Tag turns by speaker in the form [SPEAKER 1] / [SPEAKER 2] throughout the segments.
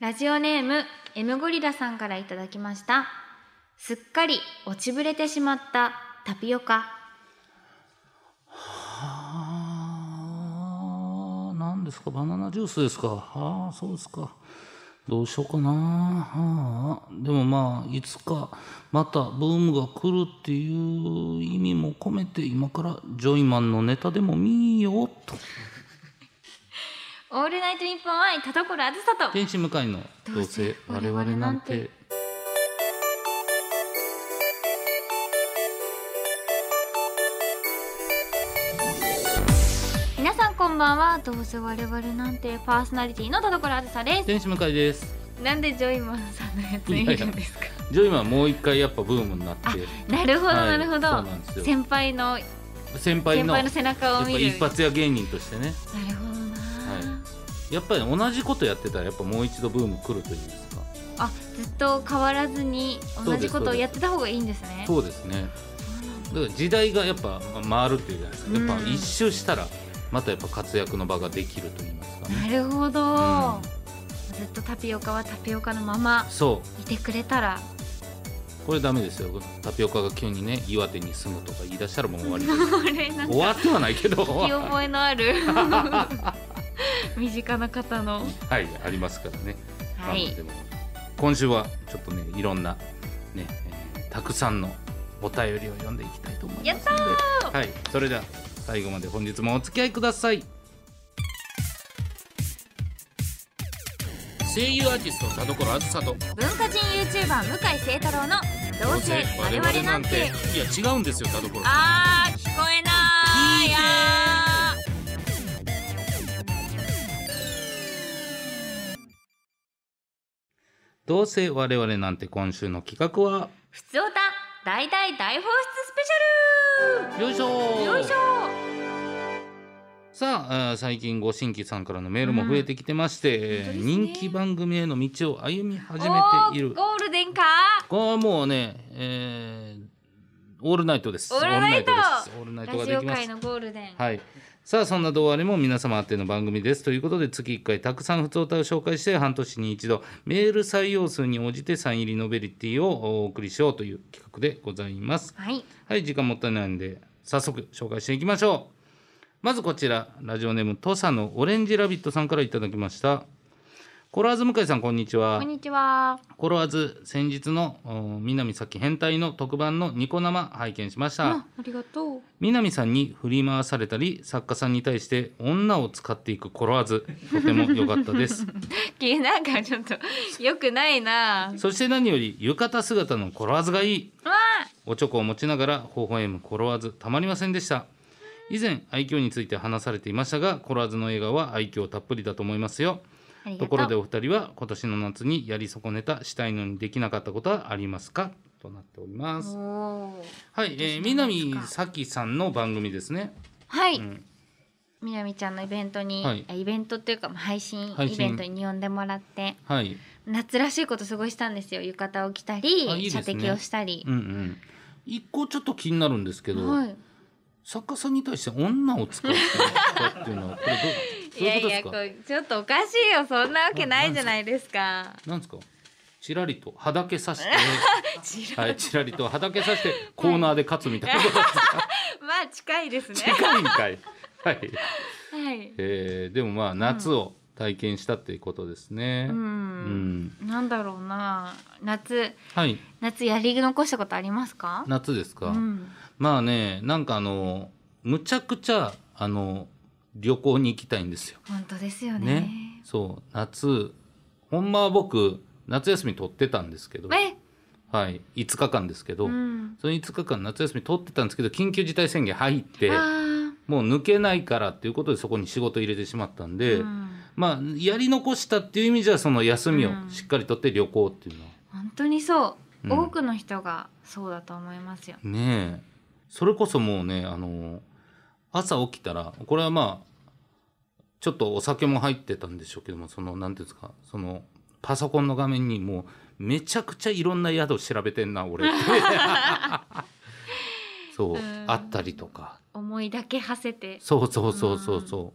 [SPEAKER 1] ラジオネーム M ゴリラさんからいただきましたすっかり落ちぶれてしまったタピオカ
[SPEAKER 2] はあ、何ですか、バナナジュースですか。はあ、そうですか。どうしようかな。はあ、でもまあ、いつかまたブームが来るっていう意味も込めて、今からジョイマンのネタでも見ようと。
[SPEAKER 1] オールナイトニッポン愛田所あずさと
[SPEAKER 2] 天使向かいのどうせ我々なんて。
[SPEAKER 1] 皆さんこんばんはどうせ我々なんてパーソナリティの田所あずさです
[SPEAKER 2] 天使向かいです。
[SPEAKER 1] なんでジョイマンさんのやつ
[SPEAKER 2] いや
[SPEAKER 1] 見
[SPEAKER 2] いや
[SPEAKER 1] るんですか
[SPEAKER 2] ジョイマンもう一回やっぱブームになって、
[SPEAKER 1] なるほど
[SPEAKER 2] は
[SPEAKER 1] ないるほ
[SPEAKER 2] そう
[SPEAKER 1] ど、
[SPEAKER 2] なんですよ
[SPEAKER 1] 先輩の
[SPEAKER 2] 先輩
[SPEAKER 1] 先
[SPEAKER 2] の
[SPEAKER 1] 輩
[SPEAKER 2] や
[SPEAKER 1] の
[SPEAKER 2] っ
[SPEAKER 1] 背中を
[SPEAKER 2] ぱ
[SPEAKER 1] 見る
[SPEAKER 2] 一発屋芸人としてね。
[SPEAKER 1] なるほどな、
[SPEAKER 2] はやっぱり同じことやってたらやっぱもう一度ブーム来るというんですか
[SPEAKER 1] あずっと変わらずに同じことをやってた方がいいんですね
[SPEAKER 2] そうですね
[SPEAKER 1] そうなんだ
[SPEAKER 2] だから時代がやっぱま回るっていうじゃないですかやっ
[SPEAKER 1] うん
[SPEAKER 2] ぱ一周したらまたやっぱ活躍の場ができると言いますかね、
[SPEAKER 1] なるほど、
[SPEAKER 2] うん
[SPEAKER 1] ずっとタピオカはタピオカのまま
[SPEAKER 2] そ
[SPEAKER 1] いてくれた ら
[SPEAKER 2] うこれダメですよタピオカが急にね岩手に住むとか言い出したらもう終わりで す
[SPEAKER 1] これなんか
[SPEAKER 2] 終わってはないけど
[SPEAKER 1] 聞き
[SPEAKER 2] は
[SPEAKER 1] 覚えのある身近な方の
[SPEAKER 2] いありますからね、ま
[SPEAKER 1] は
[SPEAKER 2] あまあ
[SPEAKER 1] い
[SPEAKER 2] でも今週はちょっとねいろんなね、えーたくさんのお便りを読んでいきたいと思いますの
[SPEAKER 1] やっ
[SPEAKER 2] で
[SPEAKER 1] た
[SPEAKER 2] はい、それでは最後まで本日もお付き合いください声優アーティスト田所あずさと
[SPEAKER 1] 文化人 YouTuber 向井聖太郎の「どうせ我々なんて
[SPEAKER 2] いや違うんですよ田所」
[SPEAKER 1] あー聞こえないあー
[SPEAKER 2] どうせ我々なんて今週の企画は
[SPEAKER 1] ふつおた大大大放出スペ
[SPEAKER 2] よいしょ
[SPEAKER 1] シャ
[SPEAKER 2] ー
[SPEAKER 1] ルよいしょ
[SPEAKER 2] さああー最近ご新規さんからのメールも増えてきてまして、
[SPEAKER 1] うん本当ですね
[SPEAKER 2] 人気番組への道を歩み始め
[SPEAKER 1] お
[SPEAKER 2] ている
[SPEAKER 1] ーゴールデンか
[SPEAKER 2] これはもうね、えーオールナイトです
[SPEAKER 1] オールナイト
[SPEAKER 2] オールナイトですオールナ
[SPEAKER 1] ラ
[SPEAKER 2] イトが
[SPEAKER 1] ジ
[SPEAKER 2] で
[SPEAKER 1] オ
[SPEAKER 2] きます
[SPEAKER 1] 界のゴールデン、
[SPEAKER 2] はい。さあそんなどうあれも皆様あっての番組ですということで月1回たくさん普通歌を紹介して半年に一度メール採用数に応じてサイン入りノベリティをお送りしようという企画でございます。
[SPEAKER 1] はい
[SPEAKER 2] はい時間もったいないんで早速紹介していきましょう。まずこちらラジオネーム土佐のオレンジラビットさんからいただきました。コロワーズ向井さんこんにちは
[SPEAKER 1] こん。にちは
[SPEAKER 2] コロワーズ先日のお南咲変態の特番のニコ生拝見しました。
[SPEAKER 1] あありがとう
[SPEAKER 2] 南さんに振り回されたり作家さんに対して女を使っていく頃わずとても良かったです
[SPEAKER 1] きなんかちょっと良くないな
[SPEAKER 2] そして何より浴衣姿の頃わずがいい
[SPEAKER 1] わ
[SPEAKER 2] おちょこを持ちながら微笑む頃わずたまりませんでした以前愛嬌について話されていましたが頃わずの映画は愛嬌たっぷりだと思いますよ
[SPEAKER 1] ありが
[SPEAKER 2] と
[SPEAKER 1] と
[SPEAKER 2] こ
[SPEAKER 1] う
[SPEAKER 2] ろでお二人は今年の夏にやり損ねたしたいのにできなかったことはありますかとなっております
[SPEAKER 1] おー
[SPEAKER 2] はい、えー、南咲さんの番組ですね
[SPEAKER 1] はい、
[SPEAKER 2] ん
[SPEAKER 1] みなみちゃんのイベントに、
[SPEAKER 2] はい
[SPEAKER 1] あイベントっていうかまあ配信
[SPEAKER 2] 配信
[SPEAKER 1] イベントに呼んでもらって
[SPEAKER 2] はい
[SPEAKER 1] 夏らしいこと過ごしたんですよ浴衣を着たり
[SPEAKER 2] あいいですね
[SPEAKER 1] 射的をしたり
[SPEAKER 2] う、んうん一個ちょっと気になるんですけど、
[SPEAKER 1] はい
[SPEAKER 2] 作家さんに対して女を使うっていうのはこれどう
[SPEAKER 1] い
[SPEAKER 2] どう
[SPEAKER 1] や
[SPEAKER 2] いうこと
[SPEAKER 1] いや
[SPEAKER 2] です
[SPEAKER 1] こう
[SPEAKER 2] か
[SPEAKER 1] ちょっとおかしいよそんなわけないじゃないですか
[SPEAKER 2] なんですかちらりと 裸さして
[SPEAKER 1] ちら
[SPEAKER 2] はいちらりと裸さしてコーナーで勝つみたいなことですか
[SPEAKER 1] まあ近いですね
[SPEAKER 2] 近いんかいはい、
[SPEAKER 1] はい
[SPEAKER 2] えー、でもまあ夏を体験したっていうことですね
[SPEAKER 1] う、
[SPEAKER 2] うん
[SPEAKER 1] なんだろうな夏
[SPEAKER 2] はい
[SPEAKER 1] 夏やり残したことありますか
[SPEAKER 2] 夏ですか、
[SPEAKER 1] うん、
[SPEAKER 2] まあねなんかあのむちゃくちゃあの旅行に行きたいんですよ
[SPEAKER 1] 本当ですよね
[SPEAKER 2] ね、そう夏ほんまは僕夏休み取ってたんですけど、
[SPEAKER 1] え
[SPEAKER 2] はい、5日間ですけど、
[SPEAKER 1] うん
[SPEAKER 2] その5日間夏休み取ってたんですけど緊急事態宣言入って
[SPEAKER 1] あ
[SPEAKER 2] もう抜けないからっていうことでそこに仕事入れてしまったん
[SPEAKER 1] ー
[SPEAKER 2] で、
[SPEAKER 1] うん
[SPEAKER 2] まあやり残したっていう意味じゃその休みを
[SPEAKER 1] うん
[SPEAKER 2] しっかり取って旅行っていうのは、
[SPEAKER 1] 本当にそう、
[SPEAKER 2] うん
[SPEAKER 1] 多くの人がそうだと思いますよ
[SPEAKER 2] ねえそれこそもうねあの朝起きたらこれはまあちょっとお酒も入ってたんでしょうけどもその何ていうんですかそのパソコンの画面にもうめちゃくちゃいろんな宿調べてんな 俺ってそう、
[SPEAKER 1] うん
[SPEAKER 2] あったりとか
[SPEAKER 1] 思いだけ馳せて
[SPEAKER 2] そうそうそうそうそ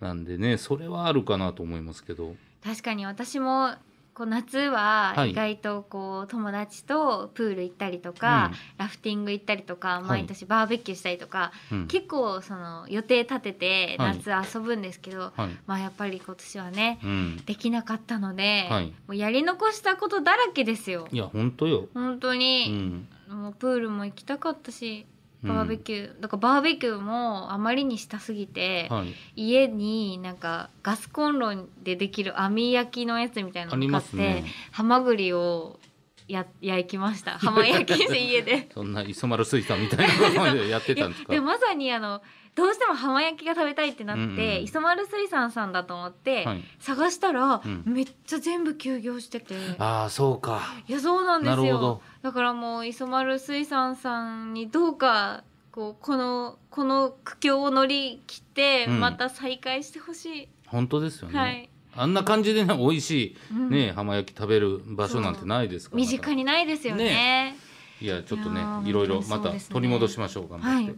[SPEAKER 2] うなんでねそれはあるかなと思いますけど
[SPEAKER 1] 確かに私もこう夏は
[SPEAKER 2] はい
[SPEAKER 1] 意外とこう友達とプール行ったりとか、ラフティング行ったりとか
[SPEAKER 2] い
[SPEAKER 1] 毎年バーベキューしたりとか、
[SPEAKER 2] うん
[SPEAKER 1] 結構その予定立てて
[SPEAKER 2] はい
[SPEAKER 1] 夏遊ぶんですけど、
[SPEAKER 2] はい
[SPEAKER 1] まあやっぱり今年はね
[SPEAKER 2] うん
[SPEAKER 1] できなかったので、
[SPEAKER 2] はい
[SPEAKER 1] もうやり残したことだらけですよ
[SPEAKER 2] いや本当よ、
[SPEAKER 1] 本当
[SPEAKER 2] う
[SPEAKER 1] に、
[SPEAKER 2] ん、
[SPEAKER 1] もうプールも行きたかったし
[SPEAKER 2] うん
[SPEAKER 1] バーベキュー、だからバーベキューもあまりにしたすぎて、
[SPEAKER 2] はい
[SPEAKER 1] 家になんかガスコンロでできる網焼きのやつみたいな
[SPEAKER 2] あり
[SPEAKER 1] の買
[SPEAKER 2] ま
[SPEAKER 1] っ
[SPEAKER 2] す
[SPEAKER 1] て、
[SPEAKER 2] ね
[SPEAKER 1] ハマグリをや焼き ました浜焼きで家で
[SPEAKER 2] そんな磯丸水産みたいなことまでやってたんですか
[SPEAKER 1] でもまさにあのどうしても浜焼きが食べたいってなって、
[SPEAKER 2] うんうん
[SPEAKER 1] 磯丸水産さんだと思って、
[SPEAKER 2] はい
[SPEAKER 1] 探したら、
[SPEAKER 2] うん
[SPEAKER 1] めっちゃ全部休業してて
[SPEAKER 2] ああそうか
[SPEAKER 1] いやそうなんです
[SPEAKER 2] なるほ
[SPEAKER 1] よ
[SPEAKER 2] ど
[SPEAKER 1] だからもう磯丸水産さんにどうかこうこのこの苦境を乗り切って
[SPEAKER 2] うん
[SPEAKER 1] また再開してほしい、
[SPEAKER 2] 本当ですよね、
[SPEAKER 1] はい
[SPEAKER 2] あんな感じでね美味しい、
[SPEAKER 1] うん
[SPEAKER 2] ね浜焼き食べる場所なんてないですから
[SPEAKER 1] 身近にないですよね
[SPEAKER 2] いやちょっと
[SPEAKER 1] いやー
[SPEAKER 2] ねいろいろま
[SPEAKER 1] 本当にそう
[SPEAKER 2] た
[SPEAKER 1] ですね
[SPEAKER 2] 取り戻しましょう頑張って
[SPEAKER 1] はい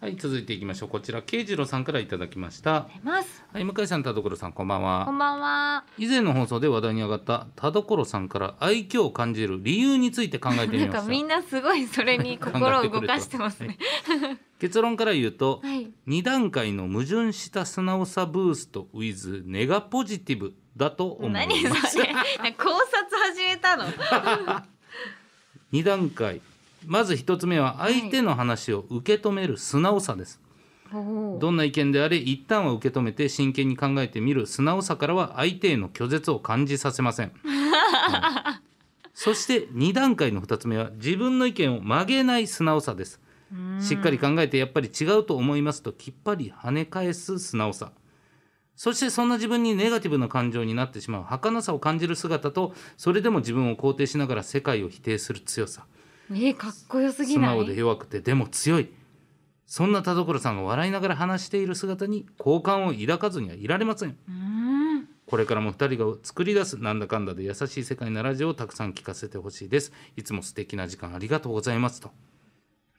[SPEAKER 2] はい、続いていきましょうこちら慶次郎さんからいただきました
[SPEAKER 1] あります
[SPEAKER 2] はい向井さん田所さんこんばん
[SPEAKER 1] こ
[SPEAKER 2] は
[SPEAKER 1] んばんは
[SPEAKER 2] 以前の放送で話題に上がった田所さんから愛嬌を感じる理由について考えて
[SPEAKER 1] な
[SPEAKER 2] み
[SPEAKER 1] ん
[SPEAKER 2] ま
[SPEAKER 1] かみ
[SPEAKER 2] し
[SPEAKER 1] んなすごいそれに心を動かしてます ね
[SPEAKER 2] た結論から言うと、
[SPEAKER 1] はい
[SPEAKER 2] 2段階の矛盾した素直さブースト with ネガポジティブだと思いま
[SPEAKER 1] 何
[SPEAKER 2] す
[SPEAKER 1] それ 考察始めた の
[SPEAKER 2] 2段階まず1つ目は相手の話を受け止める素直さです、
[SPEAKER 1] おー
[SPEAKER 2] どんな意見であれ一旦は受け止めて真剣に考えてみる素直さからは相手への拒絶を感じさせ ません、はいそして2段階の2つ目は自分の意見を曲げない素直さです
[SPEAKER 1] うん
[SPEAKER 2] しっかり考えてやっぱり違うと思いますときっぱり跳ね返す素直さそしてそんな自分にネガティブな感情になってしまう儚さを感じる姿とそれでも自分を肯定しながら世界を否定する強さ
[SPEAKER 1] えかっこよすぎ
[SPEAKER 2] 素
[SPEAKER 1] ない
[SPEAKER 2] 直で弱くてでも強いそんな田所さんが笑いながら話している姿に好感を抱かずにはいられません
[SPEAKER 1] うん
[SPEAKER 2] これからも2人が作り出すなんだかんだで優しい世界なラジオをたくさん聞かせてほしいですいつも素敵な時間ありがとうございますと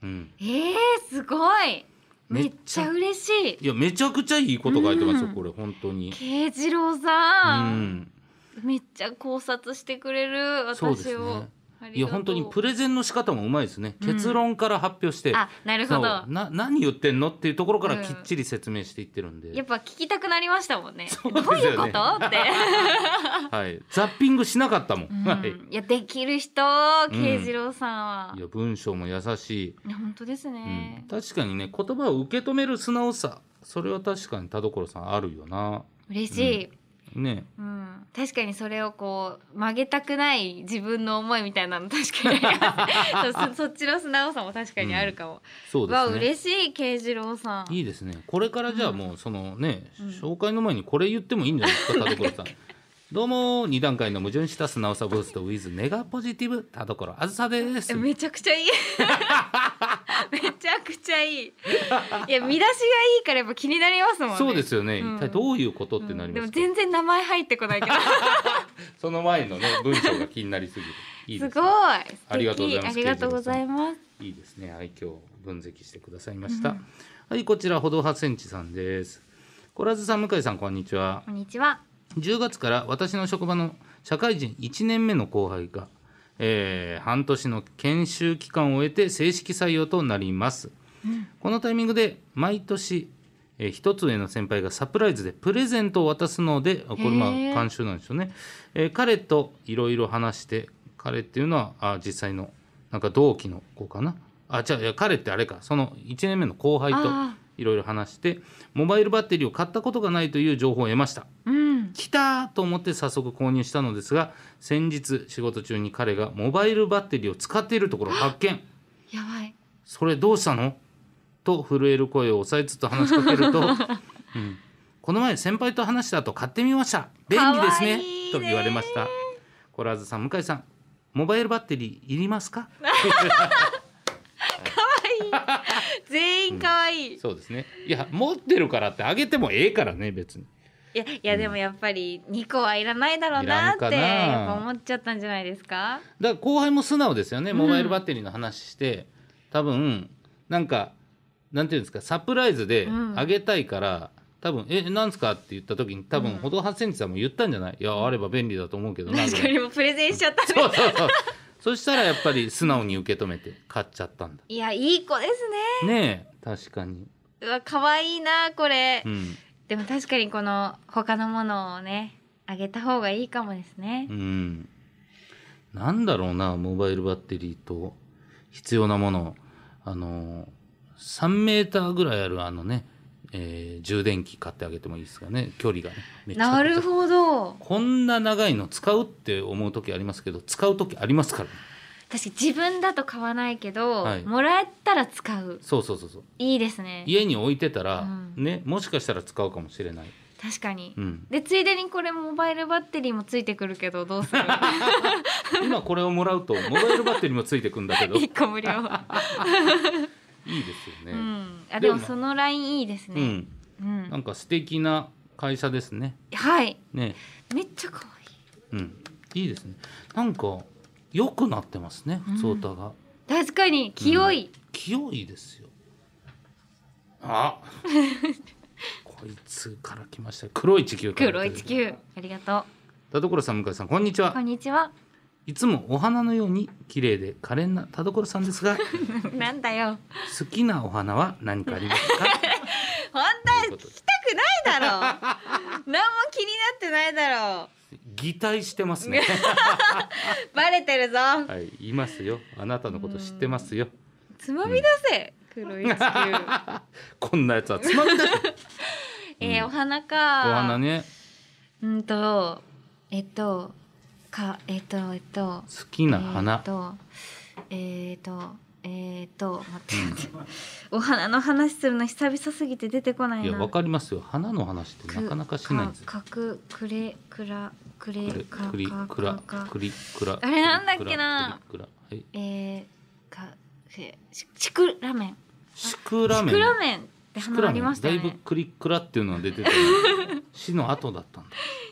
[SPEAKER 2] うん
[SPEAKER 1] えー、すごいめ
[SPEAKER 2] め
[SPEAKER 1] っ
[SPEAKER 2] っ
[SPEAKER 1] ち
[SPEAKER 2] ちゃ
[SPEAKER 1] ゃ嬉しい
[SPEAKER 2] いやめちゃくちゃいいこと書いてますよ
[SPEAKER 1] うん
[SPEAKER 2] これ本当に
[SPEAKER 1] 慶次郎さ、
[SPEAKER 2] うんん
[SPEAKER 1] めっちゃ考察してくれる私を
[SPEAKER 2] そうですね
[SPEAKER 1] ありがとう
[SPEAKER 2] いや本当にプレゼンの仕方もうまいですね、結論から発表して
[SPEAKER 1] あなるほど
[SPEAKER 2] そうな何言ってんのっていうところか
[SPEAKER 1] う
[SPEAKER 2] ら
[SPEAKER 1] ん
[SPEAKER 2] きっちり説明していってるんで、
[SPEAKER 1] やっぱ聞きたくなりましたもんね
[SPEAKER 2] そう
[SPEAKER 1] ど
[SPEAKER 2] で
[SPEAKER 1] う
[SPEAKER 2] すよね
[SPEAKER 1] いうこと って、
[SPEAKER 2] はい、ザッピングしなかったもん、
[SPEAKER 1] うん
[SPEAKER 2] はい、、
[SPEAKER 1] いやできる人慶次郎さんはい
[SPEAKER 2] や文章も優しい、
[SPEAKER 1] いや本当ですね、
[SPEAKER 2] うん、確かにね言葉を受け止める素直さそれは確かに田所さんあるよな
[SPEAKER 1] 嬉しい、
[SPEAKER 2] ね
[SPEAKER 1] うん、確かにそれをこう曲げたくない自分の思いみたいなの確かにあ りますそうそそっちの素直さも確かにあるかも、
[SPEAKER 2] そうで
[SPEAKER 1] わあ
[SPEAKER 2] すね
[SPEAKER 1] 嬉しい慶次郎さん
[SPEAKER 2] いいですねこれからじゃあもうそのね、
[SPEAKER 1] うん
[SPEAKER 2] 紹介の前にこれ言ってもいいんじゃないですか田所さん どうも2段階の矛盾した素直さブースト with ネガポジティブ田所あずさです
[SPEAKER 1] えめちゃくちゃ いいめちゃくちゃいいいや見出しがいいからやっぱ気になりますもんね
[SPEAKER 2] そうですよね、
[SPEAKER 1] うん
[SPEAKER 2] 一体どういうことってなり
[SPEAKER 1] で
[SPEAKER 2] ま
[SPEAKER 1] も
[SPEAKER 2] すか、
[SPEAKER 1] 全然名前入ってこないけど
[SPEAKER 2] その前のね文章が気になりすぎるい い
[SPEAKER 1] す
[SPEAKER 2] で
[SPEAKER 1] ごい
[SPEAKER 2] す
[SPEAKER 1] 素
[SPEAKER 2] ね
[SPEAKER 1] 敵
[SPEAKER 2] ありがとうございます
[SPEAKER 1] ありがとうございます
[SPEAKER 2] いいですね愛嬌を分析してくださいました、はいこちら歩道8センチさんですコラズさん向井さんこんにちは
[SPEAKER 1] こんにちは
[SPEAKER 2] 10月から私の職場の社会人1年目の後輩が、えー半年の研修期間を終えて正式採用となります、このタイミングで毎年、えー一つ上の先輩がサプライズでプレゼントを渡すのでこれまあ
[SPEAKER 1] へー
[SPEAKER 2] 慣習なんでしょうね、えー彼といろいろ話して彼っていうのはあ実際のなんか同期の子かなあ違ういや彼ってあれかその1年目の後輩と
[SPEAKER 1] あ
[SPEAKER 2] いろいろ話してモバイルバッテリーを買ったことがないという情報を得ました
[SPEAKER 1] うん
[SPEAKER 2] 来たと思って早速購入したのですが先日仕事中に彼がモバイルバッテリーを使っているところを発見
[SPEAKER 1] やばい
[SPEAKER 2] それどうしたのと震える声を抑えつつ話しか けると、うんこの前先輩と話した後買ってみました便利です
[SPEAKER 1] かわ
[SPEAKER 2] ね
[SPEAKER 1] いいね
[SPEAKER 2] と言われましたコラーズさん向井さんモバイルバッテリーいりますか
[SPEAKER 1] 全員可愛い、い
[SPEAKER 2] そうですねいや持ってるからってあげてもええからね別に
[SPEAKER 1] やいやでもやっぱり2個はいらないだろうなって
[SPEAKER 2] いらんかな
[SPEAKER 1] やっぱ思っちゃったんじゃないですか
[SPEAKER 2] だから後輩も素直ですよね
[SPEAKER 1] ん
[SPEAKER 2] モバイルバッテリーの話して、多分なんかなんていうんですかサプライズで
[SPEAKER 1] うん
[SPEAKER 2] あげたいから、多分えなんですかって言った時に多分
[SPEAKER 1] うん
[SPEAKER 2] 歩道8センチさんも言ったんじゃないいやあれば便利だと思うけどな
[SPEAKER 1] 確かにもうプレゼンしちゃったね
[SPEAKER 2] そうそうそうそしたらやっぱり素直に受け止めて買っちゃったんだ
[SPEAKER 1] いやいい子ですね
[SPEAKER 2] ねえ確かに
[SPEAKER 1] うわ可愛いなこれ、
[SPEAKER 2] うん
[SPEAKER 1] でも確かにこの他のものをねあげた方がいいかもですね
[SPEAKER 2] う、んなんだろうなモバイルバッテリーと必要なものあの3メーターぐらいあるあのね、えー充電器買ってあげてもいいですかね距離がねめっちゃ
[SPEAKER 1] なるほど
[SPEAKER 2] こんな長いの使うって思う時ありますけど使う時ありますからね
[SPEAKER 1] 確かに自分だと買わないけど、
[SPEAKER 2] はい
[SPEAKER 1] もらえたら使う
[SPEAKER 2] そうそうそうそう
[SPEAKER 1] いいですね
[SPEAKER 2] 家に置いてたら、
[SPEAKER 1] うん
[SPEAKER 2] ねもしかしたら使うかもしれない、
[SPEAKER 1] 確かに、
[SPEAKER 2] うん、
[SPEAKER 1] でついでにこれモバイルバッテリーもついてくるけどどうする
[SPEAKER 2] 今これをもらうとモバイルバッテリーもついてくん だ けどいい
[SPEAKER 1] 一個無 料、
[SPEAKER 2] ですよね、
[SPEAKER 1] うん、あ
[SPEAKER 2] で
[SPEAKER 1] で
[SPEAKER 2] も
[SPEAKER 1] もそのラインいいです
[SPEAKER 2] う
[SPEAKER 1] ね、
[SPEAKER 2] ん、
[SPEAKER 1] うん
[SPEAKER 2] なんか素敵な会社ですね
[SPEAKER 1] はい
[SPEAKER 2] ね
[SPEAKER 1] めっちゃ可愛い
[SPEAKER 2] うんいいですねなんか良くなってますね普通歌が、
[SPEAKER 1] 確かに清い、
[SPEAKER 2] 清いですよあ こいつから来ました黒い地球から
[SPEAKER 1] 黒い地球ありがと
[SPEAKER 2] 田所さん向井さんこんにち
[SPEAKER 1] うこ
[SPEAKER 2] は
[SPEAKER 1] んにちは
[SPEAKER 2] いつもお花のように綺麗で可憐な田所さんで すが
[SPEAKER 1] なんだよ
[SPEAKER 2] 好きなお花は何かありますか
[SPEAKER 1] 本
[SPEAKER 2] とい
[SPEAKER 1] 当は
[SPEAKER 2] うこと
[SPEAKER 1] 聞
[SPEAKER 2] で
[SPEAKER 1] きたくないだろう何 も気になってないだろ
[SPEAKER 2] 擬態してま すね
[SPEAKER 1] うバレてるぞ
[SPEAKER 2] はい言いますよあなたのこと知ってますよ
[SPEAKER 1] つまみ出せ、黒い地球
[SPEAKER 2] こんなやつはつ まみだ
[SPEAKER 1] えー
[SPEAKER 2] うん
[SPEAKER 1] お花か
[SPEAKER 2] お花ね
[SPEAKER 1] うんとえっとかえっとえっと
[SPEAKER 2] 好きな花、
[SPEAKER 1] えっとえっとえっと待って 待ってお花の話するの久々すぎて出てこないない
[SPEAKER 2] やわかりますよ花の話ってなかなかしないんですよ
[SPEAKER 1] かかくくれくらくれ
[SPEAKER 2] これ
[SPEAKER 1] か
[SPEAKER 2] くり
[SPEAKER 1] か
[SPEAKER 2] くら
[SPEAKER 1] かか
[SPEAKER 2] くりくら
[SPEAKER 1] あれなんだっけな
[SPEAKER 2] くりくらくりくらはい
[SPEAKER 1] えー、かえしちくらめん
[SPEAKER 2] シクラメン
[SPEAKER 1] ちくらめんって
[SPEAKER 2] シク
[SPEAKER 1] 花
[SPEAKER 2] ラ
[SPEAKER 1] あ
[SPEAKER 2] メ
[SPEAKER 1] り
[SPEAKER 2] ン
[SPEAKER 1] ました
[SPEAKER 2] だ
[SPEAKER 1] よ
[SPEAKER 2] いぶ
[SPEAKER 1] ね
[SPEAKER 2] クリクラっていうのが出 てた死の後だったん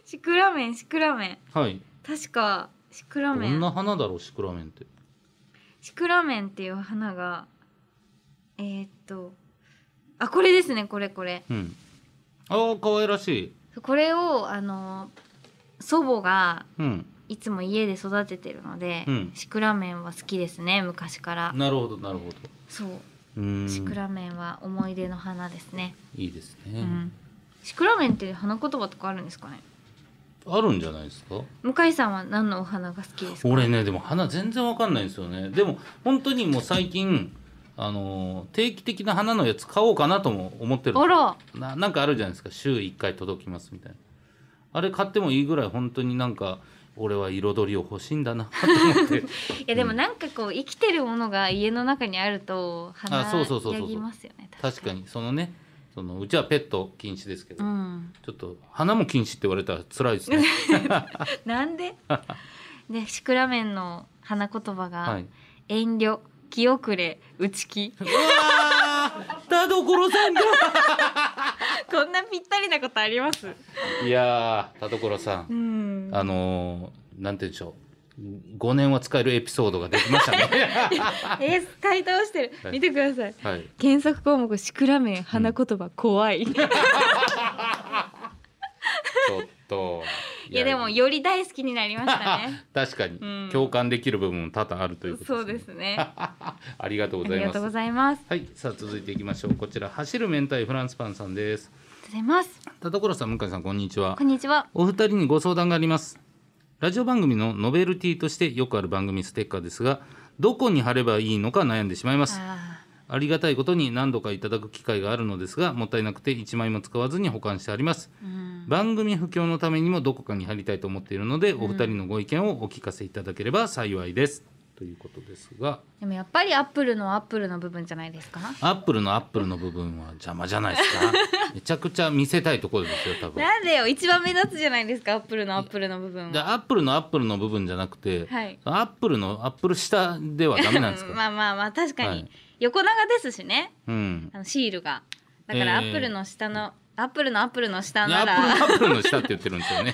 [SPEAKER 1] ちくらめんちくらめん
[SPEAKER 2] だはい
[SPEAKER 1] 確かシク
[SPEAKER 2] ど
[SPEAKER 1] ラメ
[SPEAKER 2] ん
[SPEAKER 1] ン
[SPEAKER 2] な花だろうシクラメンって
[SPEAKER 1] シクラメンっていう花がえー、っとあこれですねこれこれ
[SPEAKER 2] うんああ可愛らしい
[SPEAKER 1] これをあの祖母が
[SPEAKER 2] うん
[SPEAKER 1] いつも家で育ててるので、
[SPEAKER 2] うん
[SPEAKER 1] シクラメンは好きですね昔から
[SPEAKER 2] なるほどなるほど
[SPEAKER 1] そう
[SPEAKER 2] うーん
[SPEAKER 1] シクラメンは思い出の花ですね、
[SPEAKER 2] いいです
[SPEAKER 1] う
[SPEAKER 2] ね、
[SPEAKER 1] ん、シクラメンって花言葉とかあるんですかね
[SPEAKER 2] あるんじゃないですか
[SPEAKER 1] 向井さんは何のお花が好きですか
[SPEAKER 2] 俺ねでも花全然わかんないんですよねでも本当にもう最近あのー定期的な花のやつ買おうかなとも思ってる
[SPEAKER 1] あら
[SPEAKER 2] ななんかあるじゃないですか週1回届きますみたいなあれ買ってもいいぐらい本当になんか俺は彩りを欲しいんだなと思っ て
[SPEAKER 1] いやでもなんかこう生きてるものが家の中にあると花
[SPEAKER 2] あそうそうそうそうそう
[SPEAKER 1] やぎますよね
[SPEAKER 2] 確かにそのねそのうちはペット禁止ですけど、
[SPEAKER 1] うん
[SPEAKER 2] ちょっと花も禁止って言われたら辛いで すね
[SPEAKER 1] なん ででシクラメンの花言葉が、
[SPEAKER 2] はい
[SPEAKER 1] 遠慮気遅れ内 気
[SPEAKER 2] うわー田所さんだ
[SPEAKER 1] こんなぴったりなことあります
[SPEAKER 2] いやー田所さん
[SPEAKER 1] うん
[SPEAKER 2] あのー、なんて言うんでしょう。5年は使えるエピソードができま したね。
[SPEAKER 1] えー、使い倒してる
[SPEAKER 2] はい
[SPEAKER 1] 見てください
[SPEAKER 2] はい。
[SPEAKER 1] 検索項目シクラメン花言葉怖い、い
[SPEAKER 2] ちょっと。
[SPEAKER 1] やでもより大好きになりましたね
[SPEAKER 2] 確かに、
[SPEAKER 1] うん
[SPEAKER 2] 共感できる部分も多々あるという こと
[SPEAKER 1] そうですねあ
[SPEAKER 2] ありがとうござ
[SPEAKER 1] り
[SPEAKER 2] い
[SPEAKER 1] が
[SPEAKER 2] ま
[SPEAKER 1] と
[SPEAKER 2] す
[SPEAKER 1] うご。ざいます
[SPEAKER 2] はい、さあ続いていきましょう。こちら走る明太フランスパンさんです。
[SPEAKER 1] ありがとうございます
[SPEAKER 2] 田所さん、向井さん、こんにちは
[SPEAKER 1] こ。んにちは
[SPEAKER 2] お二人にご相談があります。ラジオ番組のノベルティとしてよくある番組ステッカーですが、どこに貼ればいいのか悩んでしまいます。
[SPEAKER 1] あ
[SPEAKER 2] ありがたいことに何度かいただく機会があるのですがもったいなくて1枚も使わずに保管してあります
[SPEAKER 1] ー、うん、
[SPEAKER 2] 番組不況のためにもどこかに貼りたいと思っているのでお二人のご意見をお聞かせいただければ幸いですということですが
[SPEAKER 1] でもやっぱりアップルのアップルの部分じゃないですか
[SPEAKER 2] アップルのアップルの部分は邪魔じゃないです かめちゃくちゃ見せたいところですよ多分
[SPEAKER 1] なんでよ一番目立つじゃないですかアップルのアップルの部分
[SPEAKER 2] で
[SPEAKER 1] は
[SPEAKER 2] アップルのアップルの部分じゃなくて、
[SPEAKER 1] はい
[SPEAKER 2] アップルのアップル下ではダメなんですか、
[SPEAKER 1] まあまあまあ確かに、
[SPEAKER 2] はい
[SPEAKER 1] 横長ですしね
[SPEAKER 2] うん
[SPEAKER 1] あのシールがだから
[SPEAKER 2] えー
[SPEAKER 1] アップルの下の、アップルのアップルの
[SPEAKER 2] ア
[SPEAKER 1] 下な
[SPEAKER 2] ップル
[SPEAKER 1] ら
[SPEAKER 2] のアップルの下って言ってるんですよね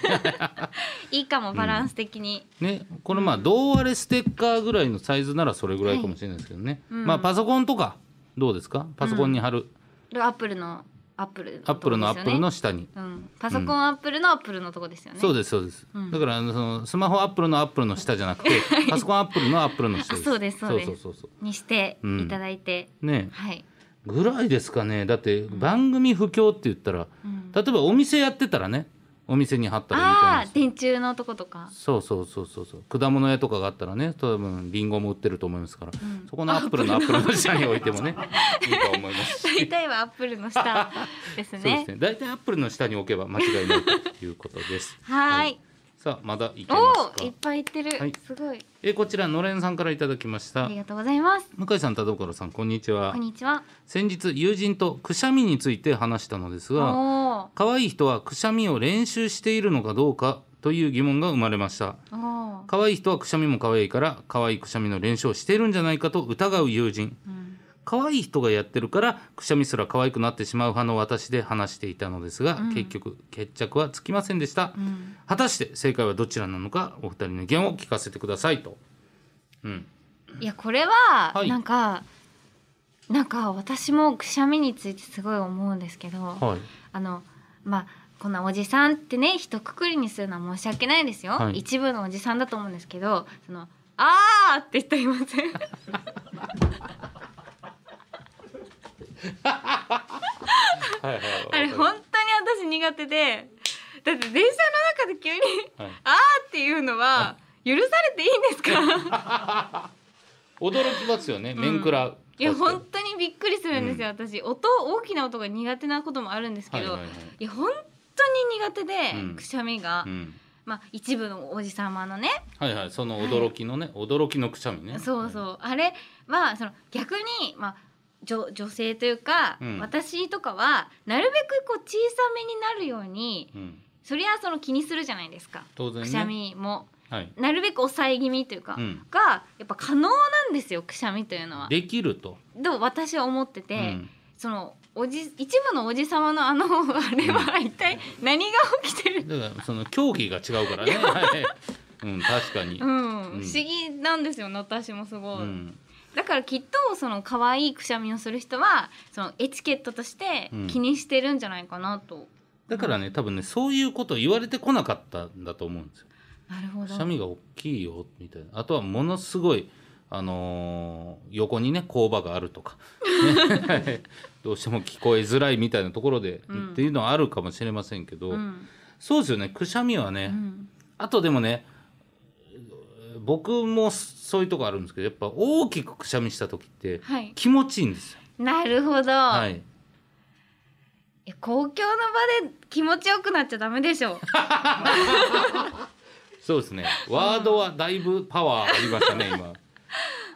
[SPEAKER 1] いいかもバランス的に、
[SPEAKER 2] ね、これまあどうあれステッカーぐらいのサイズならそれぐらいかもしれないですけどね、
[SPEAKER 1] うん
[SPEAKER 2] まあパソコンとかどうですかパソコンに貼る、
[SPEAKER 1] アップルのアップルの
[SPEAKER 2] アップルのア
[SPEAKER 1] とこです
[SPEAKER 2] ップ
[SPEAKER 1] よね
[SPEAKER 2] ルの下に。
[SPEAKER 1] うん、パソコンアップルのアップルのとこですよね。
[SPEAKER 2] そう
[SPEAKER 1] で
[SPEAKER 2] ですそうです、
[SPEAKER 1] うん
[SPEAKER 2] だからあのそのスマホアップルのアップルの下じゃな くてパソコンアップルのアップルの下です
[SPEAKER 1] あそうですそうです
[SPEAKER 2] そうそうそうそ
[SPEAKER 1] すにしていただいて、
[SPEAKER 2] うね
[SPEAKER 1] はい、
[SPEAKER 2] ぐらいですかねだって番組不況って言ったら、
[SPEAKER 1] うん
[SPEAKER 2] 例えばお店やってたらねお店に貼ったらいいと思うん
[SPEAKER 1] あ
[SPEAKER 2] で
[SPEAKER 1] あ
[SPEAKER 2] すよ
[SPEAKER 1] 電柱のとこと か、
[SPEAKER 2] そうそうそうそうそう果物屋とかがあったらね多分リンゴも売ってると思いますから、
[SPEAKER 1] うん
[SPEAKER 2] そこのアップルのアップルの下に置いても ねいいと思いますし
[SPEAKER 1] 大体はアップルの下ですね。
[SPEAKER 2] そうですね大体アップルの下に置けば間違いないということです
[SPEAKER 1] はーい。
[SPEAKER 2] さあまだいけます
[SPEAKER 1] おお
[SPEAKER 2] か
[SPEAKER 1] ー、いっぱいいってる、
[SPEAKER 2] はい
[SPEAKER 1] すごい。
[SPEAKER 2] えーこちらのれんさんからいただきまし
[SPEAKER 1] あ
[SPEAKER 2] た
[SPEAKER 1] りがとうございます。
[SPEAKER 2] 向井さん田所さんこんにちは
[SPEAKER 1] こんにちは。
[SPEAKER 2] 先日友人とくしゃみについて話したのです
[SPEAKER 1] お
[SPEAKER 2] が
[SPEAKER 1] お
[SPEAKER 2] 可愛い人はくしゃみを練習しているのかどうかという疑問が生まれました
[SPEAKER 1] ー。おお。
[SPEAKER 2] 可愛い人はくしゃみも可愛いから可愛いくしゃみの練習をしているんじゃないかと疑う友人
[SPEAKER 1] うん
[SPEAKER 2] 可愛い人がやってるからくしゃみすら可愛くなってしまう派の私で話していたのですが、
[SPEAKER 1] うん
[SPEAKER 2] 結局決着はつきませんでした、
[SPEAKER 1] うん。
[SPEAKER 2] 果たして正解はどちらなのかお二人の意見を聞かせてくださいと、うん、
[SPEAKER 1] いやこれは、
[SPEAKER 2] はい
[SPEAKER 1] なんかなんか私もくしゃみについてすごい思うんですけど、
[SPEAKER 2] はい
[SPEAKER 1] あのまあこんなおじさんってね一括りにするのは申し訳ないですよ、
[SPEAKER 2] はい
[SPEAKER 1] 一部のおじさんだと思うんですけどそのあーって言っていませ ん
[SPEAKER 2] はいはい
[SPEAKER 1] あれ本当に私苦手でだって電車の中で急に
[SPEAKER 2] はい
[SPEAKER 1] あーっていうのは許されていいんですか
[SPEAKER 2] 驚きますよね面食らう、
[SPEAKER 1] いや
[SPEAKER 2] 確かに
[SPEAKER 1] 本当にびっくりするんですよ、私音大きな音が苦手なこともあるんですけど、
[SPEAKER 2] はいはいいはい
[SPEAKER 1] や本当に苦手で、
[SPEAKER 2] うん
[SPEAKER 1] くしゃみが、
[SPEAKER 2] うん
[SPEAKER 1] まあ一部のおじさまのね
[SPEAKER 2] はいはいその驚きのね、驚きのくしゃみね
[SPEAKER 1] そうそうあれはその逆に、まあ、女女性というか、
[SPEAKER 2] うん
[SPEAKER 1] 私とかはなるべくこう小さめになるように
[SPEAKER 2] うん、うん
[SPEAKER 1] そりゃその気にするじゃないですか、
[SPEAKER 2] 当然ね
[SPEAKER 1] くしゃみも
[SPEAKER 2] はい、
[SPEAKER 1] なるべく抑え気味というか、
[SPEAKER 2] うん
[SPEAKER 1] がやっぱ可能なんですよくしゃみというのは。
[SPEAKER 2] できると、
[SPEAKER 1] と私は思ってて、
[SPEAKER 2] うん
[SPEAKER 1] そのおじ一部のおじさまのあのあれは一体何が起きてる、
[SPEAKER 2] だからその競技が違うからね、はい、うん確かに、
[SPEAKER 1] う
[SPEAKER 2] うん
[SPEAKER 1] ん
[SPEAKER 2] うん
[SPEAKER 1] 不思議なんですよね私もすごい。
[SPEAKER 2] うん
[SPEAKER 1] だからきっとその可愛いくしゃみをする人はそのエチケットとして気にしてるんじゃないかなと、
[SPEAKER 2] だからね多分ねそういうことを言われてこなかったんだと思うんですよ
[SPEAKER 1] なるほ
[SPEAKER 2] く
[SPEAKER 1] ど
[SPEAKER 2] しゃみが大きいよみたいなあとはものすごいあのー横にね工場があるとか、ね どうしても聞こえづらいみたいなところで、
[SPEAKER 1] うん
[SPEAKER 2] っていうのはあるかもしれませんけど、
[SPEAKER 1] うん
[SPEAKER 2] そうですよねくしゃみはね、
[SPEAKER 1] うん
[SPEAKER 2] あとでもね僕もそういうとこあるんですけどやっぱ大きくくしゃみした時って
[SPEAKER 1] はい
[SPEAKER 2] 気持ちいいんですよ。
[SPEAKER 1] なるほど、
[SPEAKER 2] はい、
[SPEAKER 1] え公共の場で気持ちよくなっちゃダメでしょ
[SPEAKER 2] そうですねワードはだいぶパワーありましたね 今。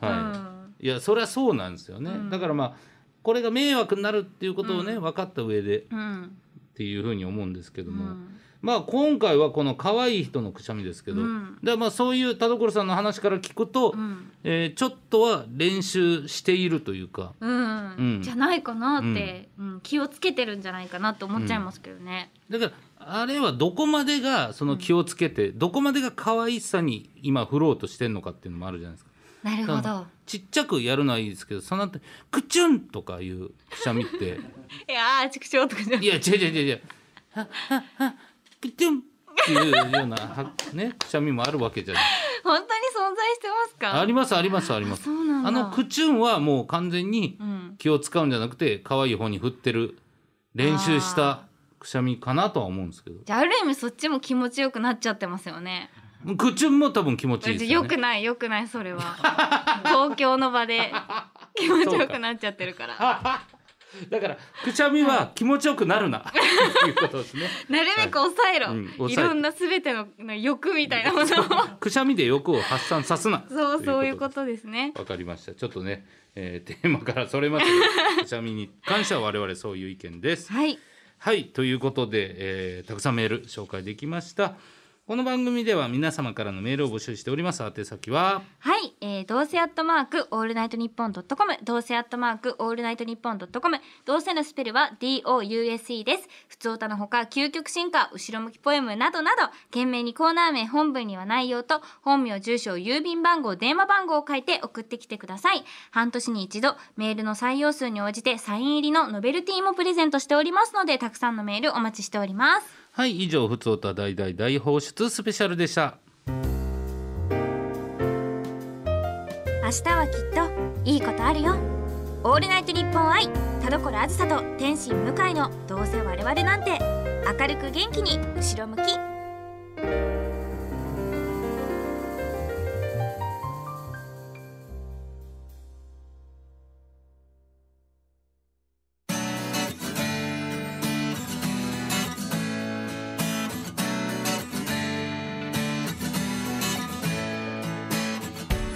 [SPEAKER 2] は
[SPEAKER 1] う
[SPEAKER 2] い、いやそれはそうなんですよね、
[SPEAKER 1] うん
[SPEAKER 2] だからまあこれが迷惑になるっていうことをね、分かった上でっ
[SPEAKER 1] んうん
[SPEAKER 2] ていうふうに思うんですけ
[SPEAKER 1] う
[SPEAKER 2] ども、
[SPEAKER 1] ん
[SPEAKER 2] まあ今回はこの可愛い人のくしゃみですけど、
[SPEAKER 1] うん
[SPEAKER 2] でまあそういう田所さんの話から聞くと、
[SPEAKER 1] うん
[SPEAKER 2] えーちょっとは練習しているというか、
[SPEAKER 1] うん
[SPEAKER 2] うん
[SPEAKER 1] じゃないかなって、うん気をつけてるんじゃないかなって思っちゃいますけどね、
[SPEAKER 2] だからあれはどこまでがその気をつけて、どこまでが可愛さに今振ろうとしてんのかっていうのもあるじゃないですか。
[SPEAKER 1] なるほど
[SPEAKER 2] ちっちゃくやるのはいいですけどその後クチュン!」とかいうくしゃみって
[SPEAKER 1] いやー畜生とかじゃ
[SPEAKER 2] いや違う違う違う違う「はははクチュン!」っていうようなは、ね、くしゃみもあるわけじゃない
[SPEAKER 1] 本当に存在してますか
[SPEAKER 2] ありますありますありま
[SPEAKER 1] あ
[SPEAKER 2] す。
[SPEAKER 1] そうなんだ
[SPEAKER 2] あのクチュンはもう完全に
[SPEAKER 1] うん
[SPEAKER 2] 気を使うんじゃなくて可愛い方に振ってる練習したくしゃみかなとは思うんですけど
[SPEAKER 1] じゃあある意味そっちも気持ちよくなっちゃってますよね。
[SPEAKER 2] クチュンも多分気持ちいい
[SPEAKER 1] よ
[SPEAKER 2] ですよね。
[SPEAKER 1] くないよくないそれ は。公共の場で気持ちよくなっちゃってるから。
[SPEAKER 2] だからくしゃみは気持ちよくな るなっていうことですね。
[SPEAKER 1] なるべく抑えろ。
[SPEAKER 2] はい
[SPEAKER 1] い
[SPEAKER 2] うん抑えて
[SPEAKER 1] ろんなすべてのな欲みたいなものを。
[SPEAKER 2] くしゃみで欲を発散さすな。
[SPEAKER 1] そうそういうこととですね
[SPEAKER 2] で。す。わかりました。ちょっとね、えー、テ ーマからそれましたけどくしゃみに関しては我々そういう意見です。
[SPEAKER 1] はい。
[SPEAKER 2] はいということで、えーたくさんメール紹介できました。この番組では皆様からのメールを募集しております宛先は
[SPEAKER 1] はい、えー、どうせアットマークオールナイトニッポンドットコムどうせアットマークオールナイトニッポンドットコムどうせのスペルは DOUSE です普通歌のほか究極進化後ろ向きポエムなどなど懸命にコーナー名本文には内容と本名住所郵便番号電話番号を書いて送ってきてください半年に一度メールの採用数に応じてサイン入りのノベルティもプレゼントしておりますのでたくさんのメールお待ちしております
[SPEAKER 2] はい以上「ふつおた大大大放出スペシャル」でした
[SPEAKER 1] 明日はきっといいことあるよオールナイトニッポン愛田所あずさと天心向井のどうせ我々なんて明るく元気に後ろ向き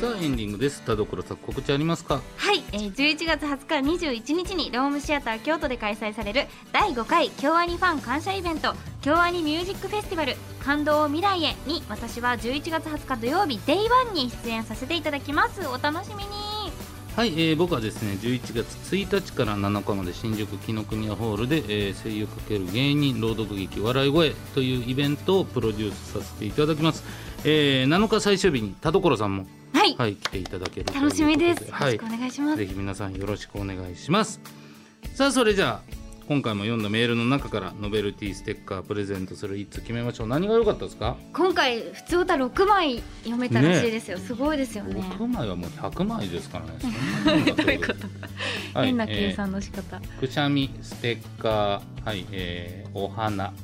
[SPEAKER 2] さあエンディングです田所さん告知ありますか
[SPEAKER 1] はい、えー、11月20日21日にロームシアター京都で開催される第5回京アニファン感謝イベント京アニミュージックフェスティバル感動を未来へに私は11月20日土曜日 Day1 に出演させていただきますお楽しみに
[SPEAKER 2] はい、えー僕はですね11月1日から7日まで新宿紀ノ国屋ホールで、えー声優×芸人朗読劇笑い声というイベントをプロデュースさせていただきます、えー7日最終日に田所さんも、
[SPEAKER 1] はい、
[SPEAKER 2] はい、来ていただけるということ
[SPEAKER 1] 楽しみです、
[SPEAKER 2] は
[SPEAKER 1] よろし
[SPEAKER 2] い
[SPEAKER 1] くお願いします
[SPEAKER 2] ぜひ皆さんよろしくお願いしますさあそれじゃあ今回も読んだメールの中からノベルティステッカープレゼントする1つ決めましょう何が良かったですか
[SPEAKER 1] 今回普通歌6枚読めたらしいですよ、すごいですよね、
[SPEAKER 2] 6枚はもう100枚ですからねそんなもんだ
[SPEAKER 1] どういうこと
[SPEAKER 2] はい
[SPEAKER 1] 変な
[SPEAKER 2] え
[SPEAKER 1] 計
[SPEAKER 2] ー
[SPEAKER 1] 算の仕方、
[SPEAKER 2] くしゃみステッカー、はいえーお花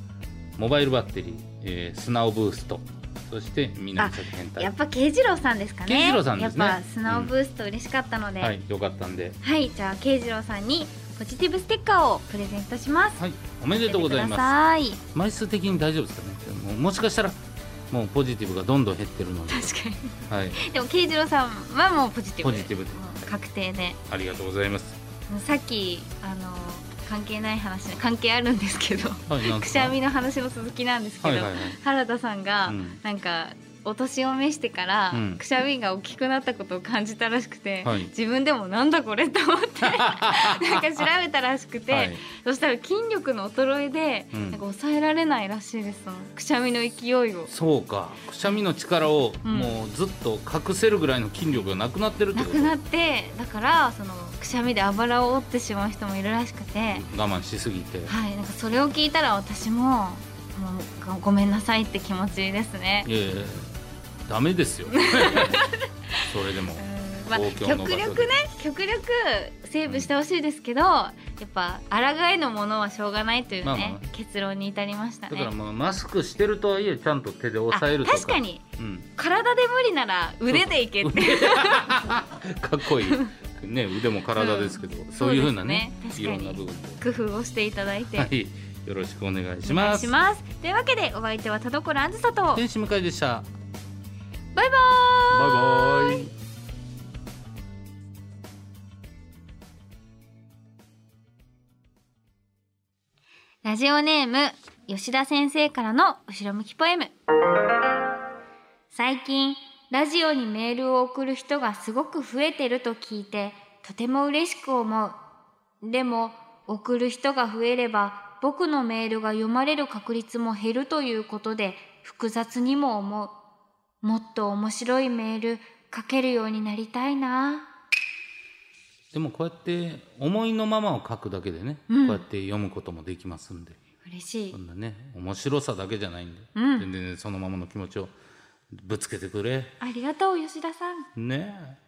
[SPEAKER 2] モバイルバッテリー、えー、スナオブーストそして南崎変態
[SPEAKER 1] やっぱ慶次郎さんですかね
[SPEAKER 2] 慶次郎さんですね
[SPEAKER 1] やっぱ素直ブースト嬉しかったので、
[SPEAKER 2] は
[SPEAKER 1] はい、
[SPEAKER 2] いよかったんで、
[SPEAKER 1] じゃあ慶次郎さんにポジティブステッカーをプレゼントします
[SPEAKER 2] はい、おめでとうござい
[SPEAKER 1] くだ
[SPEAKER 2] ま
[SPEAKER 1] さい
[SPEAKER 2] す枚数的に大丈夫ですかねもうもしかしたらもうポジティブがどんどん減ってるので、
[SPEAKER 1] 確かに
[SPEAKER 2] はい、
[SPEAKER 1] でも慶次郎さんはもうポジティブ
[SPEAKER 2] ポ
[SPEAKER 1] で
[SPEAKER 2] ジティブで
[SPEAKER 1] もう確定で
[SPEAKER 2] ありがとうございます、
[SPEAKER 1] さっきあの関係ない話関係あるんですけど
[SPEAKER 2] はい、なん
[SPEAKER 1] く
[SPEAKER 2] です
[SPEAKER 1] し
[SPEAKER 2] か
[SPEAKER 1] ゃみの話の続きなんですけど、
[SPEAKER 2] はいはいはい
[SPEAKER 1] 原田さんが、
[SPEAKER 2] うん
[SPEAKER 1] なんかお年を召してから、
[SPEAKER 2] うん
[SPEAKER 1] くしゃみが大きくなったことを感じたらしくて、
[SPEAKER 2] はい
[SPEAKER 1] 自分でもなんだこれと思って なんか調べたらしくて、
[SPEAKER 2] はい
[SPEAKER 1] そしたら筋力の衰えで、
[SPEAKER 2] うん
[SPEAKER 1] なんか抑えられないらしいですそのくしゃみの勢いを
[SPEAKER 2] そうかくしゃみの力を
[SPEAKER 1] うん
[SPEAKER 2] もうずっと隠せるぐらいの筋力がなくなってるって
[SPEAKER 1] な
[SPEAKER 2] こ
[SPEAKER 1] く
[SPEAKER 2] と、
[SPEAKER 1] なってだからそのくしゃみであばらを折ってしまう人もいるらしくて、
[SPEAKER 2] 我慢しすぎて
[SPEAKER 1] はいなんかそれを聞いたら私ももうごごめんなさいって気持ちですね。
[SPEAKER 2] いやいやダメです よそれでも
[SPEAKER 1] うんまあ、
[SPEAKER 2] 東京の
[SPEAKER 1] 極
[SPEAKER 2] 場所で
[SPEAKER 1] 力ね極力セーブしてほしいですけど、やっぱ抗えのものはしょうがないというね、
[SPEAKER 2] まあまあまあ
[SPEAKER 1] 結論に至りました
[SPEAKER 2] だ
[SPEAKER 1] ね。
[SPEAKER 2] からまあマスクしてるとはいえちゃんと手で押さえるとか
[SPEAKER 1] あ確か、に
[SPEAKER 2] うん、
[SPEAKER 1] 体で無理なら腕でいけって
[SPEAKER 2] かっこいいね腕も体ですけど、
[SPEAKER 1] ん
[SPEAKER 2] そういうふうなね
[SPEAKER 1] そうです
[SPEAKER 2] い
[SPEAKER 1] ね確かに
[SPEAKER 2] ろんな部分で
[SPEAKER 1] 工夫をしていただいて、
[SPEAKER 2] はいよろしくお願いし
[SPEAKER 1] お願
[SPEAKER 2] ま
[SPEAKER 1] い
[SPEAKER 2] す
[SPEAKER 1] しますというわけでお相手は田所あずさとバイ
[SPEAKER 2] 天使向井でした
[SPEAKER 1] バーイ
[SPEAKER 2] バイバイ
[SPEAKER 1] ラジオネーム吉田先生からの後ろ向きポエム最近ラジオにメールを送る人がすごく増えてると聞いてとても嬉しく思うでも送る人が増えれば僕のメールが読まれる確率も減るということで複雑にも思うもっと面白いメール書けるようになりたいな
[SPEAKER 2] でもこうやって思いのままを書くだけでね、
[SPEAKER 1] うん
[SPEAKER 2] こうやって読むこともできますんで
[SPEAKER 1] 嬉しい
[SPEAKER 2] そんなね面白さだけじゃないんで、
[SPEAKER 1] うん
[SPEAKER 2] 全然ねそのままの気持ちをぶつけてくれ
[SPEAKER 1] ありがとう吉田さん
[SPEAKER 2] ねえ